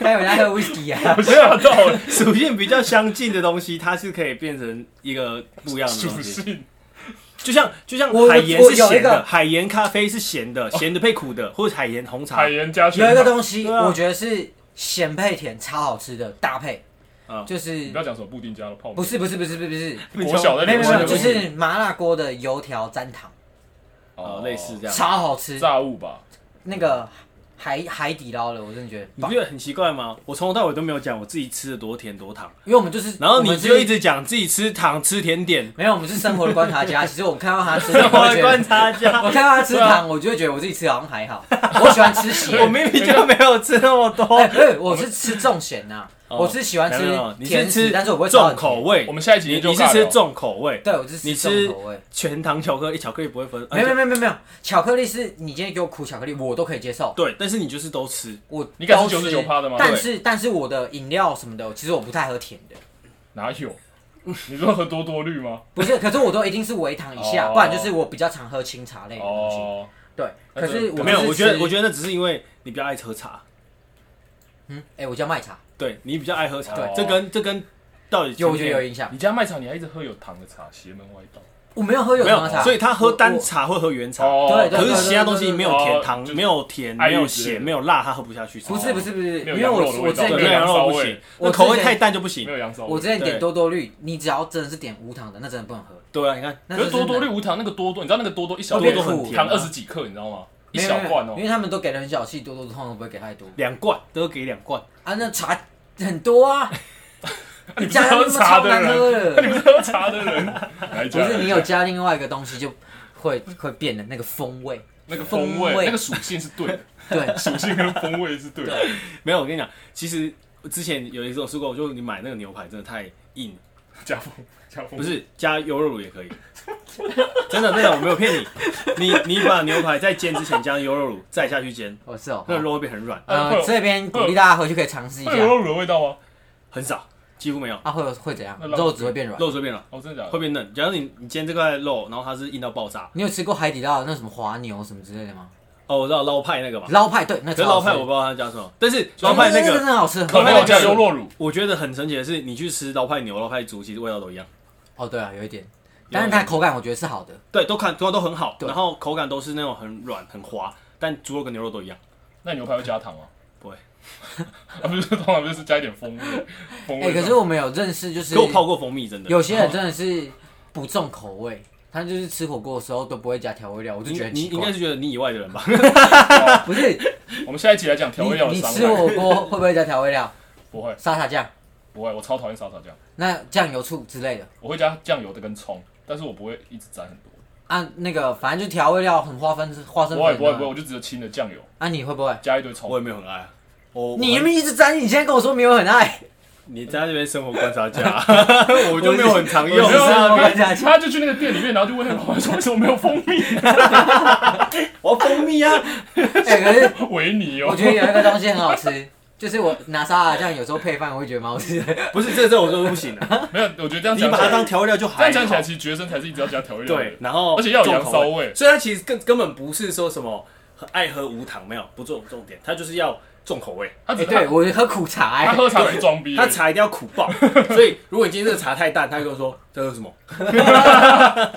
[SPEAKER 2] 还有人家喝 whisky 啊，
[SPEAKER 3] 我吓到了。
[SPEAKER 1] 属性比较相近的东西，它是可以变成一个不一样的
[SPEAKER 3] 属
[SPEAKER 1] 东西。
[SPEAKER 3] 性
[SPEAKER 1] 就像就像
[SPEAKER 2] 我
[SPEAKER 1] 海盐
[SPEAKER 2] 我
[SPEAKER 1] 是
[SPEAKER 2] 有一
[SPEAKER 1] 咸
[SPEAKER 2] 个
[SPEAKER 1] 的，海盐咖啡是咸的，咸的配苦的，或者海盐红茶
[SPEAKER 3] 哦海。盐加全
[SPEAKER 2] 有一个
[SPEAKER 3] 糖。
[SPEAKER 2] 东西，
[SPEAKER 1] 对啊
[SPEAKER 2] 我觉得是咸配甜超好吃的搭配
[SPEAKER 1] 嗯，
[SPEAKER 2] 就
[SPEAKER 3] 你
[SPEAKER 2] 是
[SPEAKER 3] 不要讲什么布丁加了泡面，
[SPEAKER 2] 不是不是不是不是不是，
[SPEAKER 3] 国小的
[SPEAKER 2] 没
[SPEAKER 1] 哎
[SPEAKER 2] 有没
[SPEAKER 3] 流行
[SPEAKER 2] 有，
[SPEAKER 3] 的
[SPEAKER 2] 就
[SPEAKER 3] 东西
[SPEAKER 2] 是麻辣锅的油条沾糖，
[SPEAKER 1] 哦，类似这样。
[SPEAKER 2] 超好吃。
[SPEAKER 3] 炸物吧？
[SPEAKER 2] 那个海海底捞的，我真的觉得
[SPEAKER 1] 你
[SPEAKER 2] 棒
[SPEAKER 1] 不，觉得很奇怪吗？我从头到尾都没有讲我自己吃的多甜多糖，
[SPEAKER 2] 因为我们就是，
[SPEAKER 1] 然后
[SPEAKER 2] 我
[SPEAKER 1] 你
[SPEAKER 2] 们是
[SPEAKER 1] 就一直讲自己吃糖吃甜 点，
[SPEAKER 2] 没有，我们是生活的观 察家。其实我看到他吃，
[SPEAKER 1] 生
[SPEAKER 2] 我
[SPEAKER 1] 活
[SPEAKER 2] 会觉
[SPEAKER 1] 观
[SPEAKER 2] 得
[SPEAKER 1] 察家。
[SPEAKER 2] 我看到他吃糖，我就会觉得我自己吃好像还好。 我喜欢吃咸
[SPEAKER 1] 我，明明就没有吃那么多
[SPEAKER 2] 哎，，不是，我是吃重咸呐，
[SPEAKER 1] 哦
[SPEAKER 2] 我是喜欢吃
[SPEAKER 1] 没有没有你
[SPEAKER 2] 甜
[SPEAKER 1] 是
[SPEAKER 2] 食，
[SPEAKER 1] 吃
[SPEAKER 2] 但是我不会吃
[SPEAKER 1] 重
[SPEAKER 2] 到很甜
[SPEAKER 1] 口。味
[SPEAKER 3] 我。们下一集
[SPEAKER 1] 你
[SPEAKER 3] 研究
[SPEAKER 1] 你
[SPEAKER 3] 尬
[SPEAKER 1] 是
[SPEAKER 3] 聊
[SPEAKER 1] 吃重口味，
[SPEAKER 2] 对，我是
[SPEAKER 1] 你
[SPEAKER 2] 吃
[SPEAKER 1] 吃
[SPEAKER 2] 重口味。
[SPEAKER 1] 全糖巧克力，巧克力不会分。
[SPEAKER 2] 没有没
[SPEAKER 1] 呃
[SPEAKER 2] 有没有没有没有，巧克力是你今天给我苦巧克力，我都可以接受。
[SPEAKER 1] 对，但是你就是都吃。
[SPEAKER 2] 我
[SPEAKER 3] 你敢吃
[SPEAKER 2] 都吃
[SPEAKER 3] 99%的吗
[SPEAKER 2] 但是但是我的饮料什么的，其实我不太喝甜的。
[SPEAKER 3] 哪有？你说喝多多绿吗？
[SPEAKER 2] 不是，可是我都一定是微糖以下，
[SPEAKER 3] 哦
[SPEAKER 2] 不然就是我比较常喝清茶类的哎东西。
[SPEAKER 3] 哦，
[SPEAKER 2] 对，
[SPEAKER 3] 那
[SPEAKER 2] 可
[SPEAKER 3] 这
[SPEAKER 2] 是我
[SPEAKER 1] 没有，我
[SPEAKER 2] 就是
[SPEAKER 1] 觉得
[SPEAKER 2] 吃
[SPEAKER 1] 我觉得那只是因为你比较爱喝茶，
[SPEAKER 2] 嗯，哎，我叫麦茶，
[SPEAKER 1] 对你比较爱喝茶
[SPEAKER 3] 对，
[SPEAKER 1] 这跟这跟到底
[SPEAKER 2] 有我觉得有影响。
[SPEAKER 3] 你家卖场你还一直喝有糖的茶，邪门歪道。
[SPEAKER 2] 我没有喝有
[SPEAKER 1] 没
[SPEAKER 2] 糖的
[SPEAKER 1] 有，
[SPEAKER 2] 茶，
[SPEAKER 1] 所以他喝
[SPEAKER 2] 我
[SPEAKER 1] 单
[SPEAKER 2] 我
[SPEAKER 1] 茶会喝原茶，
[SPEAKER 3] 哦，
[SPEAKER 2] 对
[SPEAKER 1] 可
[SPEAKER 2] 对
[SPEAKER 1] 是其他东西没有
[SPEAKER 3] 哦
[SPEAKER 1] 甜糖
[SPEAKER 3] 就，
[SPEAKER 1] 没有甜，
[SPEAKER 3] 爱玉
[SPEAKER 1] 没有
[SPEAKER 3] 之类
[SPEAKER 1] 咸，
[SPEAKER 3] 的
[SPEAKER 1] 没有辣，它喝不下去。
[SPEAKER 2] 不是不是不是，
[SPEAKER 3] 没有
[SPEAKER 2] 因为我
[SPEAKER 3] 羊肉的
[SPEAKER 2] 我
[SPEAKER 3] 味
[SPEAKER 2] 之
[SPEAKER 3] 道
[SPEAKER 2] 前
[SPEAKER 1] 对，没
[SPEAKER 3] 没有
[SPEAKER 1] 有
[SPEAKER 2] 点
[SPEAKER 1] 羊肉不
[SPEAKER 3] 骚味
[SPEAKER 1] 行，那
[SPEAKER 2] 我
[SPEAKER 1] 口
[SPEAKER 2] 之
[SPEAKER 1] 味
[SPEAKER 2] 前
[SPEAKER 1] 太淡就不行
[SPEAKER 3] 没。有杨烧味。
[SPEAKER 2] 我之前点
[SPEAKER 1] 对
[SPEAKER 2] 多多绿，你只要真的是点无糖的，那真的不能喝。
[SPEAKER 1] 对啊，你看，
[SPEAKER 2] 那
[SPEAKER 3] 可
[SPEAKER 2] 就是是
[SPEAKER 3] 多多绿无糖那个多多，你知道那个多多一
[SPEAKER 2] 哦
[SPEAKER 3] 小
[SPEAKER 1] 多
[SPEAKER 3] 罐
[SPEAKER 1] 多很
[SPEAKER 2] 苦
[SPEAKER 1] 甜
[SPEAKER 3] 糖
[SPEAKER 1] 啊，
[SPEAKER 3] 二十几克，你知道吗？一
[SPEAKER 2] 没有
[SPEAKER 3] 小
[SPEAKER 2] 没有
[SPEAKER 3] 罐
[SPEAKER 2] 没有
[SPEAKER 3] 哦
[SPEAKER 2] 因。为他们都给的很小气，多多通常不会给太多
[SPEAKER 1] 两罐都给两罐，
[SPEAKER 2] 啊。那茶很多啊，
[SPEAKER 3] 你不是
[SPEAKER 2] 加那
[SPEAKER 3] 喝
[SPEAKER 2] 么
[SPEAKER 3] 茶
[SPEAKER 2] 超
[SPEAKER 3] 的
[SPEAKER 2] 难喝
[SPEAKER 3] 人， 啊
[SPEAKER 2] 的
[SPEAKER 3] 你，不是喝茶 的人，哪一
[SPEAKER 2] 不
[SPEAKER 3] 家
[SPEAKER 2] 是你有加另外一个东西就会会变的那个风 味，
[SPEAKER 3] 那个风
[SPEAKER 2] 风味
[SPEAKER 3] 那个属性是 对的，
[SPEAKER 2] 对，
[SPEAKER 3] 属性跟风味是对的。
[SPEAKER 1] 没有。我跟你讲，其实之前有一次我试过，就你买那个牛排真的太硬了，
[SPEAKER 3] 加风加风
[SPEAKER 1] 不是加优酪乳也可以，真的真的我没有骗你，你你把牛排在煎之前加优酪乳，再下去煎，
[SPEAKER 2] 哦是哦。
[SPEAKER 1] 那个
[SPEAKER 2] 好
[SPEAKER 1] 肉会变很软，
[SPEAKER 3] 啊会
[SPEAKER 2] 呃
[SPEAKER 3] 有，
[SPEAKER 2] 这边鼓励大家回去可以尝试一下
[SPEAKER 3] 会有。牛肉乳的味道吗？
[SPEAKER 1] 很少，几乎没有，
[SPEAKER 2] 啊，会有会怎样
[SPEAKER 3] 那？老
[SPEAKER 2] 肉质会变软。
[SPEAKER 1] 肉随便了。
[SPEAKER 3] 哦，真的假
[SPEAKER 1] 会
[SPEAKER 3] 的？
[SPEAKER 1] 变嫩。假如你你煎这块肉，然后它是硬到爆炸。
[SPEAKER 2] 你有吃过海底捞的那什么滑牛什么之类的吗？
[SPEAKER 1] 哦，我知道捞派那个嘛，
[SPEAKER 2] 捞派对，那
[SPEAKER 1] 可是
[SPEAKER 2] 超
[SPEAKER 1] 捞
[SPEAKER 2] 好吃
[SPEAKER 1] 派我不知道它加什么，但是捞派那
[SPEAKER 2] 哎真的
[SPEAKER 1] 个，
[SPEAKER 2] 真的好吃。
[SPEAKER 1] 可
[SPEAKER 3] 可
[SPEAKER 1] 能
[SPEAKER 3] 能
[SPEAKER 1] 有
[SPEAKER 3] 有
[SPEAKER 1] 加
[SPEAKER 3] 加
[SPEAKER 1] 优
[SPEAKER 3] 优
[SPEAKER 1] 酪
[SPEAKER 3] 酪乳，
[SPEAKER 1] 我觉得很神奇的是，你去吃捞派牛、捞派猪，其实味道都一样，
[SPEAKER 2] 哦，对啊，有一点，但是它口感我觉得是好的。
[SPEAKER 1] 对，都看都都很好，
[SPEAKER 2] 对
[SPEAKER 1] 然后口感都是那种很软很滑，但猪肉跟牛肉都一样。
[SPEAKER 3] 那牛排会加糖吗？
[SPEAKER 1] 不会，
[SPEAKER 3] 啊，不是，通常就是加一点风味，风
[SPEAKER 2] 哎，
[SPEAKER 3] 味。
[SPEAKER 2] 可是我们有认识，就是
[SPEAKER 1] 给我泡过蜂蜜，真的。
[SPEAKER 2] 有些人真的是不重口味，他就是吃火锅的时候都不会加调味料，我就
[SPEAKER 1] 你
[SPEAKER 2] 觉得很
[SPEAKER 1] 你
[SPEAKER 2] 奇
[SPEAKER 1] 应该
[SPEAKER 2] 怪。
[SPEAKER 1] 是觉得你以外的人吧？
[SPEAKER 2] 不是
[SPEAKER 3] 我们下一集来讲调味料
[SPEAKER 2] 你
[SPEAKER 3] 的
[SPEAKER 2] 你
[SPEAKER 3] 伤
[SPEAKER 2] 吃
[SPEAKER 3] 害。
[SPEAKER 2] 火锅会不会加调味料？
[SPEAKER 3] 不会，
[SPEAKER 2] 沙茶酱、
[SPEAKER 3] 不会，我超讨厌沙茶酱，
[SPEAKER 2] 那酱油、醋之类的
[SPEAKER 3] 我会加酱油的跟葱，但是我不会一直沾很多。
[SPEAKER 2] 啊，那个反正就调味料很花分花生
[SPEAKER 3] 不会，
[SPEAKER 2] 粉
[SPEAKER 3] 不会，不会，
[SPEAKER 2] 啊。
[SPEAKER 3] 我就只有清的酱油，
[SPEAKER 2] 啊，你会不会？
[SPEAKER 3] 加一堆葱。
[SPEAKER 1] 我也没有很爱啊，我
[SPEAKER 2] 你
[SPEAKER 1] 我
[SPEAKER 2] 明明一直沾，你现在跟我说没有很爱，
[SPEAKER 1] 你在那边生活观察家，我就没有很常用
[SPEAKER 2] 我
[SPEAKER 3] 没有
[SPEAKER 2] 是
[SPEAKER 3] 啊
[SPEAKER 2] 要
[SPEAKER 3] 他
[SPEAKER 2] 跟大家讲
[SPEAKER 3] 他就去那个店里面，然后就问那个老板说：“为什么没有蜂蜜
[SPEAKER 1] 我要蜂蜜啊，
[SPEAKER 2] 哎，可是？”
[SPEAKER 3] 维尼哦
[SPEAKER 2] 我，觉得有一个东西很好吃，就是我拿沙茶酱有时候配饭，我会觉得蛮好吃的。
[SPEAKER 1] 不是这这我就不行了，
[SPEAKER 3] 没有，我觉得这样
[SPEAKER 1] 你
[SPEAKER 3] 讲
[SPEAKER 1] 把
[SPEAKER 3] 起
[SPEAKER 1] 它
[SPEAKER 3] 来，
[SPEAKER 1] 当调味料就
[SPEAKER 3] 这
[SPEAKER 1] 还
[SPEAKER 3] 样讲起来，
[SPEAKER 1] 好。
[SPEAKER 3] 其实学生才是一直要加调味料的
[SPEAKER 1] 对，。然后
[SPEAKER 3] 而且要有
[SPEAKER 1] 重
[SPEAKER 3] 羊
[SPEAKER 1] 口
[SPEAKER 3] 骚
[SPEAKER 1] 味
[SPEAKER 3] 味，
[SPEAKER 1] 所以它其实根根本不是说什么很爱喝无糖，没有不重重点，它就是要重口味，
[SPEAKER 3] 他
[SPEAKER 2] 哎，
[SPEAKER 3] 只
[SPEAKER 2] 对 我喝苦茶，
[SPEAKER 3] 他
[SPEAKER 2] 哎，
[SPEAKER 3] 喝茶是装逼的，
[SPEAKER 1] 它茶一定要苦爆。所以如果你今天这个茶太淡，他就说这是什么，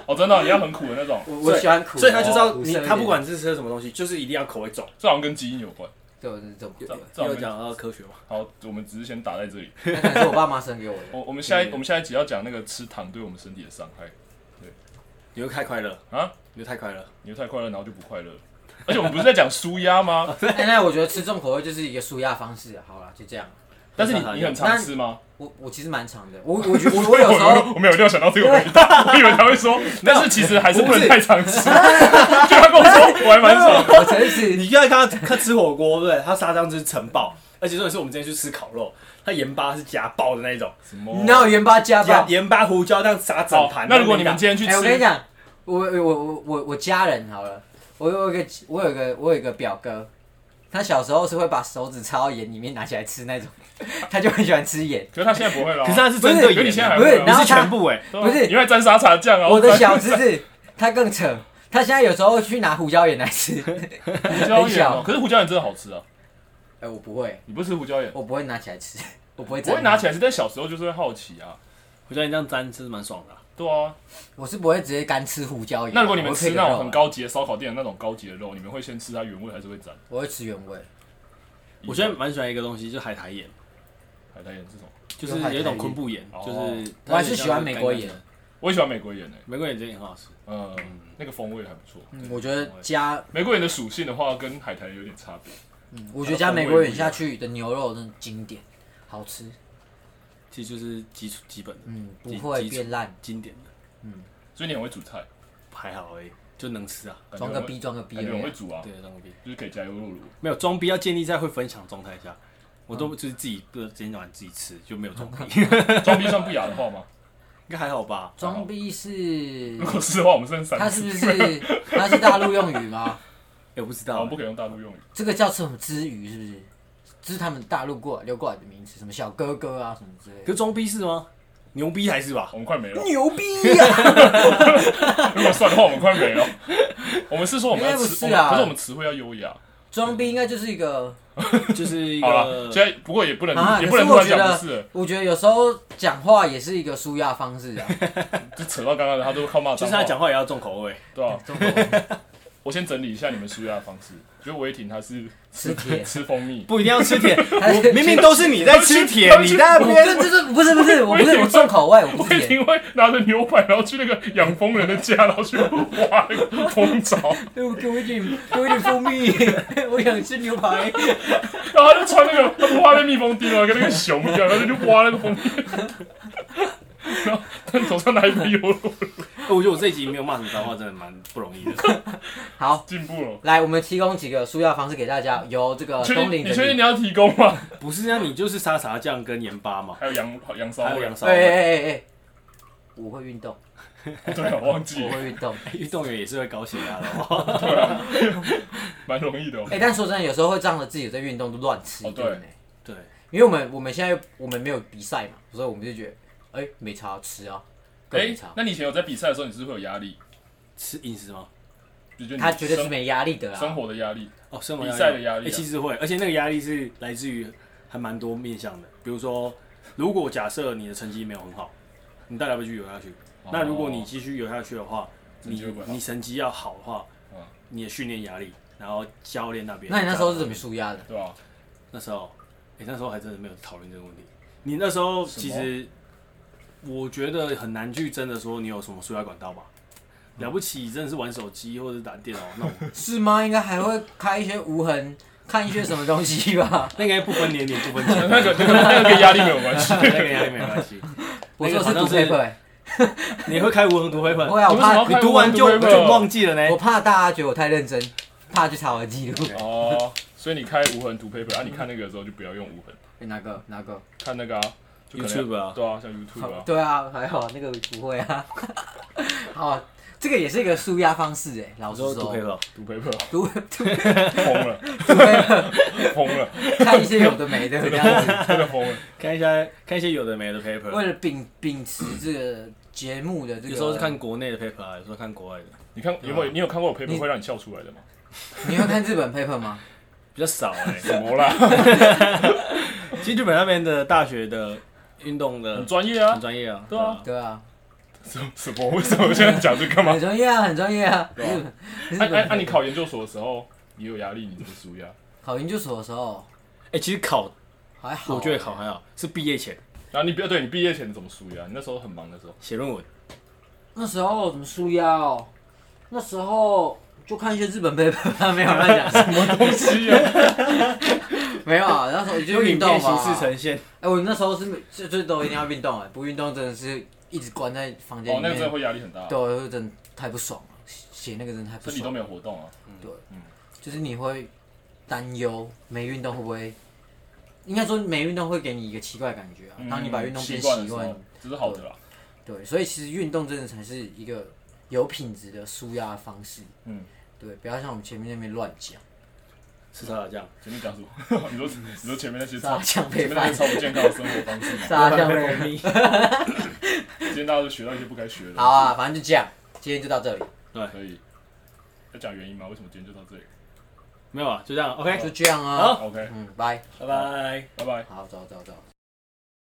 [SPEAKER 3] 哦，真的哦，你要很苦的那种，
[SPEAKER 2] 我我喜欢苦的，
[SPEAKER 1] 所以他就是要
[SPEAKER 2] 苦涩
[SPEAKER 1] 你
[SPEAKER 2] 一点
[SPEAKER 1] 他不管是吃什么东西，就是一定要口味重。
[SPEAKER 3] 这好像跟基因有关。
[SPEAKER 2] 对我是这种。
[SPEAKER 3] 这这好
[SPEAKER 1] 有
[SPEAKER 3] 像跟
[SPEAKER 1] 讲到科学吗？
[SPEAKER 3] 好，我们只是先打在这里。
[SPEAKER 2] 那可能是我爸妈生给我的。
[SPEAKER 3] 我我们下一
[SPEAKER 1] 嗯
[SPEAKER 3] 我们下一集要讲那个吃糖对我们身体的伤害。
[SPEAKER 1] 你会太快乐
[SPEAKER 3] 啊！
[SPEAKER 1] 你会太快乐，
[SPEAKER 3] 你太快乐，然后就不快乐了。而且我们不是在讲舒压吗？
[SPEAKER 2] 哎，那我觉得吃重口味就是一个舒压方式啊。好了，就这样。
[SPEAKER 3] 但是你你很常吃吗？
[SPEAKER 2] 我我其实蛮长的，我我觉得我我有时
[SPEAKER 3] 我
[SPEAKER 2] 候
[SPEAKER 3] 我没有料想到这个回答， 我以为他会说，但是其实还是不能太常吃。就他跟我说，我还蛮爽。
[SPEAKER 2] 我真是
[SPEAKER 1] 你刚才看他他吃火锅，对不对，他沙姜汁盛爆，而且重点是我们之前去吃烤肉，他盐巴是加爆的那一种，
[SPEAKER 3] 什么
[SPEAKER 2] 你那盐巴加
[SPEAKER 1] 加
[SPEAKER 2] 爆。
[SPEAKER 1] 盐巴胡椒这样撒整
[SPEAKER 3] 好
[SPEAKER 1] 盘。
[SPEAKER 3] 那如果你们今天去
[SPEAKER 2] 哎，我跟你
[SPEAKER 3] 吃，
[SPEAKER 2] 讲，我我我我我家人好了，我有一个我有一个我有一个表哥，他小时候是会把手指插到盐里面拿起来吃那种， 他就很喜欢吃盐。
[SPEAKER 3] 可是他现在不会了啊。
[SPEAKER 1] 可是他是真
[SPEAKER 2] 不
[SPEAKER 1] 的
[SPEAKER 2] 是
[SPEAKER 3] 可是你现
[SPEAKER 1] 盐
[SPEAKER 3] 在还
[SPEAKER 1] 啊，
[SPEAKER 2] 不
[SPEAKER 3] 会
[SPEAKER 2] 是
[SPEAKER 3] 啊
[SPEAKER 2] 然
[SPEAKER 1] 不
[SPEAKER 2] 后
[SPEAKER 1] 是
[SPEAKER 2] 他
[SPEAKER 1] 全部哎。
[SPEAKER 3] 对啊
[SPEAKER 2] 不是
[SPEAKER 3] 你会沾沙茶酱啊？
[SPEAKER 2] 我的
[SPEAKER 3] 沾
[SPEAKER 2] 小侄子他更扯，他现在有时候去拿胡椒盐来吃。
[SPEAKER 3] 胡椒
[SPEAKER 2] 很
[SPEAKER 3] 盐
[SPEAKER 2] 小
[SPEAKER 3] 哦，可是胡椒盐真的好吃啊！
[SPEAKER 2] 哎，我不会，
[SPEAKER 3] 你不吃胡椒盐，
[SPEAKER 2] 我啊不会拿起来吃，我不会。
[SPEAKER 3] 我会拿起。来吃，但小时候就是会好奇啊。
[SPEAKER 1] 我觉得你这样沾吃蛮爽的啊、
[SPEAKER 3] 对啊，
[SPEAKER 2] 我是不会直接干吃胡椒盐。
[SPEAKER 3] 那如果你们
[SPEAKER 2] 我会
[SPEAKER 3] 吃
[SPEAKER 2] 配
[SPEAKER 3] 那
[SPEAKER 2] 个
[SPEAKER 3] 种
[SPEAKER 2] 肉
[SPEAKER 3] 很，高级的烧烤店的那种高级的肉，你们会先吃它原味还是会沾？
[SPEAKER 2] 我会吃原味。
[SPEAKER 1] 我现在蛮喜欢一个东西，就是海苔盐，
[SPEAKER 3] 海苔盐是什么？
[SPEAKER 1] 就是有一种昆布盐，
[SPEAKER 3] 海苔
[SPEAKER 1] 就
[SPEAKER 3] 盐
[SPEAKER 1] 是
[SPEAKER 2] 我还是喜欢美国盐，
[SPEAKER 3] 我也喜欢玫瑰盐诶、
[SPEAKER 1] 玫瑰盐真的很好吃。
[SPEAKER 3] 嗯，那个风味还不错。
[SPEAKER 2] 嗯，我觉得加，
[SPEAKER 3] 玫瑰盐的属性的话，跟海苔有点差别。
[SPEAKER 2] 嗯我觉得加玫瑰园下去的牛肉真的经典，好吃。
[SPEAKER 1] 其实就是基础基本的
[SPEAKER 2] 嗯，不
[SPEAKER 1] 基
[SPEAKER 2] 会
[SPEAKER 1] 基础
[SPEAKER 2] 变烂，
[SPEAKER 1] 经典的，
[SPEAKER 3] 所以你很会煮菜，
[SPEAKER 1] 还好而已，就能吃啊。
[SPEAKER 3] 感觉
[SPEAKER 2] 装
[SPEAKER 3] 很
[SPEAKER 2] 个
[SPEAKER 3] 会
[SPEAKER 2] 逼，装个逼
[SPEAKER 3] 感觉很
[SPEAKER 2] 而
[SPEAKER 3] 会
[SPEAKER 2] 已。
[SPEAKER 3] 煮啊，
[SPEAKER 1] 对，装逼
[SPEAKER 3] 就是可以加油卤卤。
[SPEAKER 1] 没有装逼要建立在会分享的状态下，我都就是自己不今天晚上自己吃就没有装逼， 应
[SPEAKER 3] 装逼算不雅的 话吗？
[SPEAKER 1] 该还好吧？
[SPEAKER 2] 装逼 是
[SPEAKER 3] 如，果是的话，我们剩三
[SPEAKER 2] 它
[SPEAKER 3] 个
[SPEAKER 2] 是
[SPEAKER 3] 字。
[SPEAKER 2] 不是 它是大陆用语吗？
[SPEAKER 1] 也不知
[SPEAKER 3] 我
[SPEAKER 1] 道
[SPEAKER 3] 们不，可以用大陆用语。
[SPEAKER 2] 这个叫什么之语是不是？这是他们大陆过来流过来的名词，什么小哥哥啊什么之类
[SPEAKER 1] 可
[SPEAKER 2] 的。
[SPEAKER 1] 是装逼是吗？牛逼还是吧
[SPEAKER 3] 我？们快没了。
[SPEAKER 2] 牛逼啊呀！
[SPEAKER 3] 如果算的话，我们快 没了。我们是说我们要
[SPEAKER 2] 应该不
[SPEAKER 3] 词，
[SPEAKER 2] 是啊
[SPEAKER 3] 我们可是我们词汇要优雅。
[SPEAKER 2] 装逼应该就是一个，
[SPEAKER 1] 就是一
[SPEAKER 3] 好了，
[SPEAKER 1] 个
[SPEAKER 3] 现在不过也不能、
[SPEAKER 2] 呃啊
[SPEAKER 3] 也不能突
[SPEAKER 2] 可
[SPEAKER 3] 然
[SPEAKER 2] 是我觉
[SPEAKER 3] 讲
[SPEAKER 2] 得
[SPEAKER 3] 不是，
[SPEAKER 2] 我觉得有时候讲话也是一个舒压方式啊。
[SPEAKER 3] 就扯到刚刚的，他都靠骂
[SPEAKER 1] 就
[SPEAKER 3] 脏
[SPEAKER 1] 是
[SPEAKER 3] 话。
[SPEAKER 1] 他讲话也要重口味，
[SPEAKER 3] 对啊，
[SPEAKER 2] 中国
[SPEAKER 3] 我先整理一下你们舒压的方式。觉得韦霆他是
[SPEAKER 2] 吃铁，
[SPEAKER 3] 吃蜂蜜，
[SPEAKER 1] 不一定要吃甜。
[SPEAKER 2] 还是
[SPEAKER 1] 我明明都是你在吃
[SPEAKER 3] 他
[SPEAKER 1] 甜，
[SPEAKER 3] 们去
[SPEAKER 1] 你在那
[SPEAKER 2] 我
[SPEAKER 1] 边
[SPEAKER 2] 这 这这不是不是，我不是我重口味，我不
[SPEAKER 3] 韦
[SPEAKER 2] 是
[SPEAKER 3] 霆会拿着牛排，然后去那个养蜂人的家，然后去挖那个蜂巢，
[SPEAKER 2] 我给我一点给我一点蜂蜜， 我想吃牛排。
[SPEAKER 3] 然后他就穿那个，他不怕被蜜蜂叮了，跟那个熊一样，然后就去挖那个蜂蜜。然后他手上拿一杯优酪，
[SPEAKER 1] 呃我觉得我这一集没有骂什么脏话，真的蛮不容易的。
[SPEAKER 2] 好，
[SPEAKER 3] 进步了。
[SPEAKER 2] 来，我们提供几个舒压方式给大家，由这个
[SPEAKER 3] 确
[SPEAKER 2] 东
[SPEAKER 3] 定？
[SPEAKER 2] 林
[SPEAKER 3] 你
[SPEAKER 2] 的
[SPEAKER 3] 确定你要提供吗？
[SPEAKER 1] 不是啊，你就是沙茶酱跟盐巴嘛，
[SPEAKER 3] 还有羊羊骚
[SPEAKER 1] 还有
[SPEAKER 3] 味
[SPEAKER 1] 杨，
[SPEAKER 2] 哎
[SPEAKER 1] 烧
[SPEAKER 2] 哎
[SPEAKER 1] 味。
[SPEAKER 2] 哎哎，我会运动，
[SPEAKER 3] 对啊，忘记
[SPEAKER 2] 我 会运动。
[SPEAKER 1] 运动员也是会高血压的哦。
[SPEAKER 3] 蛮容易的哦。
[SPEAKER 2] 哎，但说真的，有时候会仗着自己在运动就乱吃一顿
[SPEAKER 3] 哦对
[SPEAKER 2] 呢。
[SPEAKER 1] 对，
[SPEAKER 2] 因为我们我们现在又我们没有比赛嘛，所以我们就觉得，哎、没差吃啊，更没
[SPEAKER 3] 哎
[SPEAKER 2] 差。，
[SPEAKER 3] 那你以前有在比赛的时候，你是不是会有压力？
[SPEAKER 1] 吃饮食吗？
[SPEAKER 3] 就觉得你
[SPEAKER 2] 他绝对是
[SPEAKER 3] 生
[SPEAKER 2] 没压力的啊
[SPEAKER 3] 生
[SPEAKER 2] 啦。
[SPEAKER 3] 活的压力，
[SPEAKER 1] 哦，生活
[SPEAKER 3] 比赛的压力啊
[SPEAKER 1] 哎其实会，而且那个压力是来自于还蛮多面向的，比如说，如果假设你的成绩没有很好，你大概会继续游下去。那如果你继续游下去的话，
[SPEAKER 3] 哦成绩
[SPEAKER 1] 你
[SPEAKER 3] 会不会好
[SPEAKER 1] 你成绩要好的话
[SPEAKER 3] 嗯，
[SPEAKER 1] 你的训练压力，然后教练那边，
[SPEAKER 2] 那你那时候是怎么舒压的？
[SPEAKER 3] 对啊吧？
[SPEAKER 1] 那时候，哎、那时候还真的没有讨论这个问题。你那时候
[SPEAKER 3] 什么
[SPEAKER 1] 其实，我觉得很难去真的说你有什么输压管道吧。
[SPEAKER 3] 嗯
[SPEAKER 1] 了不起，真的是玩手机或者是打电脑那种，
[SPEAKER 2] 是吗？应该还会开一些无痕，看一些什么东西吧。
[SPEAKER 1] 那个不分年龄不分
[SPEAKER 3] 那
[SPEAKER 1] 阶段，
[SPEAKER 3] 个那个那个跟压力没有关 系。
[SPEAKER 1] 那个压力没关系。
[SPEAKER 2] 我说的是
[SPEAKER 1] 那个
[SPEAKER 2] 读
[SPEAKER 1] 好像
[SPEAKER 2] paper，、欸、
[SPEAKER 1] 你会开无痕读绘本
[SPEAKER 2] 不，会啊，我
[SPEAKER 3] 你为什么
[SPEAKER 2] 怕
[SPEAKER 3] 要
[SPEAKER 1] 你读完就
[SPEAKER 3] 开无痕读绘
[SPEAKER 1] 就
[SPEAKER 3] 本
[SPEAKER 1] 忘记了呢。
[SPEAKER 2] 我怕大家觉得我太认真，怕去查我的记录。
[SPEAKER 3] 哦，所以你开无痕读 paper 啊，你看那个的时候就不要用无痕，
[SPEAKER 2] 欸哪个哪个？
[SPEAKER 3] 看那个啊就可能
[SPEAKER 1] YouTube 啊
[SPEAKER 3] 对啊，像 YouTube 啊，
[SPEAKER 2] 对啊，还好那个不会啊。 好，这个也是一个舒压方式哎、老
[SPEAKER 1] 我
[SPEAKER 2] 实
[SPEAKER 1] 说读绘
[SPEAKER 2] 说，
[SPEAKER 1] 本，
[SPEAKER 3] 读 paper 啊
[SPEAKER 2] 读读
[SPEAKER 3] 疯了，
[SPEAKER 2] 读 paper，
[SPEAKER 3] 疯了，
[SPEAKER 2] 看一些有的没的这样子。
[SPEAKER 3] 真的疯了。
[SPEAKER 1] 看一下看一些有的没的 paper，
[SPEAKER 2] 为了秉秉持这个节目的这个，
[SPEAKER 1] 有时候是看国内的 paper 啊，有时候看国外的，
[SPEAKER 3] 你看有没有你有看过我 paper
[SPEAKER 2] 啊你
[SPEAKER 3] 会让你笑出来的吗？
[SPEAKER 2] 你会看日本 paper 吗？
[SPEAKER 1] 比较少哎、
[SPEAKER 3] 什么啦？
[SPEAKER 1] 其实日本那边的大学的运动的
[SPEAKER 3] 很专业啊
[SPEAKER 1] 很，专业啊，
[SPEAKER 3] 对啊
[SPEAKER 2] 对啊，
[SPEAKER 3] 什什么？为什么现在讲这干嘛
[SPEAKER 2] 很？ 专业啊，很专业啊。
[SPEAKER 3] 对啊
[SPEAKER 2] 日本日
[SPEAKER 3] 哎
[SPEAKER 2] 本
[SPEAKER 3] 哎哎，你考研究所的时候也有压力，你怎么舒压？
[SPEAKER 2] 考研究所的时候
[SPEAKER 1] 哎、其实考啊
[SPEAKER 2] 还好，
[SPEAKER 1] 我觉得考还好，是毕业前
[SPEAKER 3] 然后你毕哦对你毕业前怎么舒压？你那时候很忙的时候，
[SPEAKER 1] 写论文，
[SPEAKER 2] 那时候怎么舒压哦？那时候就看一些日本 paper，没有 乱讲，
[SPEAKER 3] 什么东西啊？
[SPEAKER 2] 没有啊。那时候我就
[SPEAKER 1] 影
[SPEAKER 2] 运动
[SPEAKER 1] 片
[SPEAKER 2] 嘛
[SPEAKER 1] 形。式呈现，
[SPEAKER 2] 哎，我那时候是最最都一定要运动哎，不运动真的是一直关在房间
[SPEAKER 3] 哦，
[SPEAKER 2] 里
[SPEAKER 3] 那个真的
[SPEAKER 2] 面，
[SPEAKER 3] 会压力很大，
[SPEAKER 2] 对，我就真的太不爽了，写那个真的太不
[SPEAKER 3] 身体都
[SPEAKER 2] 爽，
[SPEAKER 3] 没有活动啊。
[SPEAKER 2] 就是你会担忧没运动会不会。应该说，没运动会给你一个奇怪的感觉啊。当你把运动变
[SPEAKER 3] 嗯习
[SPEAKER 2] 习
[SPEAKER 3] 惯的
[SPEAKER 2] 惯
[SPEAKER 3] 时，候，这是好的啦。
[SPEAKER 2] 对，所以其实运动真的才是一个有品质的舒压方式。
[SPEAKER 3] 嗯，
[SPEAKER 2] 对，不要像我们前面那边乱讲，
[SPEAKER 1] 吃沙拉酱，
[SPEAKER 3] 前面讲什么？ 你说你说前面那些超
[SPEAKER 2] 炸酱
[SPEAKER 3] 前
[SPEAKER 2] 配
[SPEAKER 3] 面那
[SPEAKER 2] 饭
[SPEAKER 3] 些，超不健康的生活方式嘛？
[SPEAKER 2] 炸酱配饭。
[SPEAKER 3] 今天大家都学到一些不该学的。
[SPEAKER 2] 好，啊，反正就这样，今天就到这里，
[SPEAKER 3] 可以。要讲原因吗？为什么今天就到这里
[SPEAKER 1] 没有啊，就这样，OK，
[SPEAKER 2] 就这样啊。
[SPEAKER 1] 好
[SPEAKER 3] ？OK，
[SPEAKER 2] 嗯，拜。
[SPEAKER 1] 拜拜。
[SPEAKER 3] 拜拜。
[SPEAKER 2] 好，走走走。